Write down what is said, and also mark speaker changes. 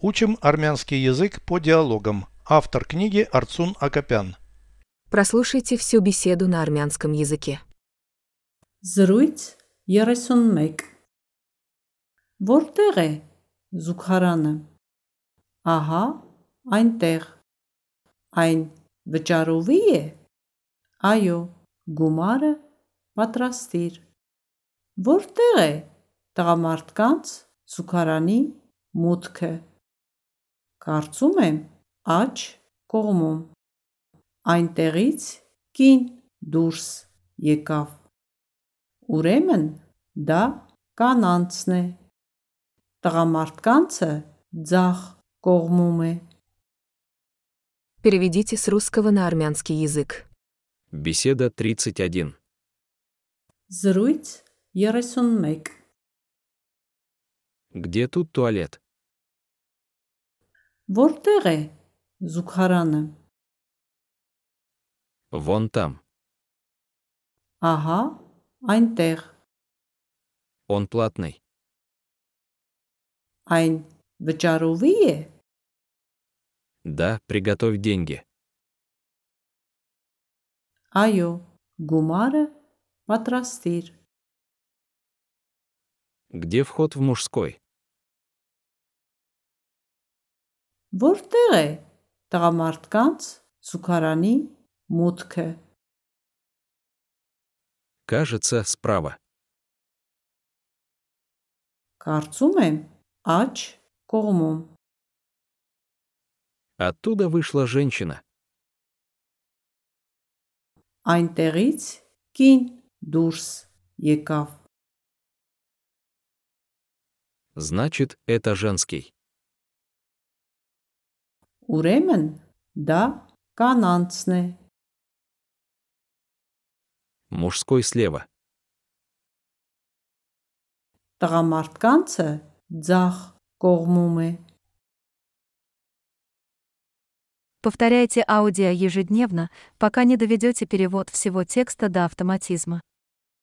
Speaker 1: Учим армянский язык по диалогам. Автор книги Арцун Акопян.
Speaker 2: Прослушайте всю беседу на армянском языке.
Speaker 3: Զրույց 31 Որտեղ է զուգարանը Ահա այնտեղ Այն վճարովի է Այո գումարը պատրաստիր Որտեղ է տղամարդկանց զուգարանի մուտքը Կարծում եմ աջ կողմում Այնտեղից կին դուրս եկավ Ուրեմն դա կանանցն է։ Տղամարդկանցը ձախ կողմում է։
Speaker 2: Переведите с русского на армянский язык.
Speaker 4: Беседа 31.
Speaker 3: Զրույց 31
Speaker 4: Где тут туалет?
Speaker 3: Որտեղ է զուգարանը։
Speaker 4: Вон там.
Speaker 3: Ահա, այնտեղ,
Speaker 4: Он платный.
Speaker 3: այն վճարովի է։
Speaker 4: Да, приготовь деньги.
Speaker 3: Այո, գումարը պատրաստիր։
Speaker 4: Где вход в мужской?
Speaker 3: Որտեղ է տղամարդկանց զուգարանի մուտքը։
Speaker 4: Кажется, справа.
Speaker 3: Կարծում եմ աջ կողմում։
Speaker 4: Оттуда вышла женщина.
Speaker 3: Այնտեղից կին դուրս եկավ։
Speaker 4: Значит, это женский.
Speaker 3: Ուրեմն դա կանանցն է։
Speaker 4: Мужской слева.
Speaker 3: Տղամարդկանցը ձախ կողմում է։
Speaker 5: Повторяйте аудио ежедневно, пока не доведете перевод всего текста до автоматизма.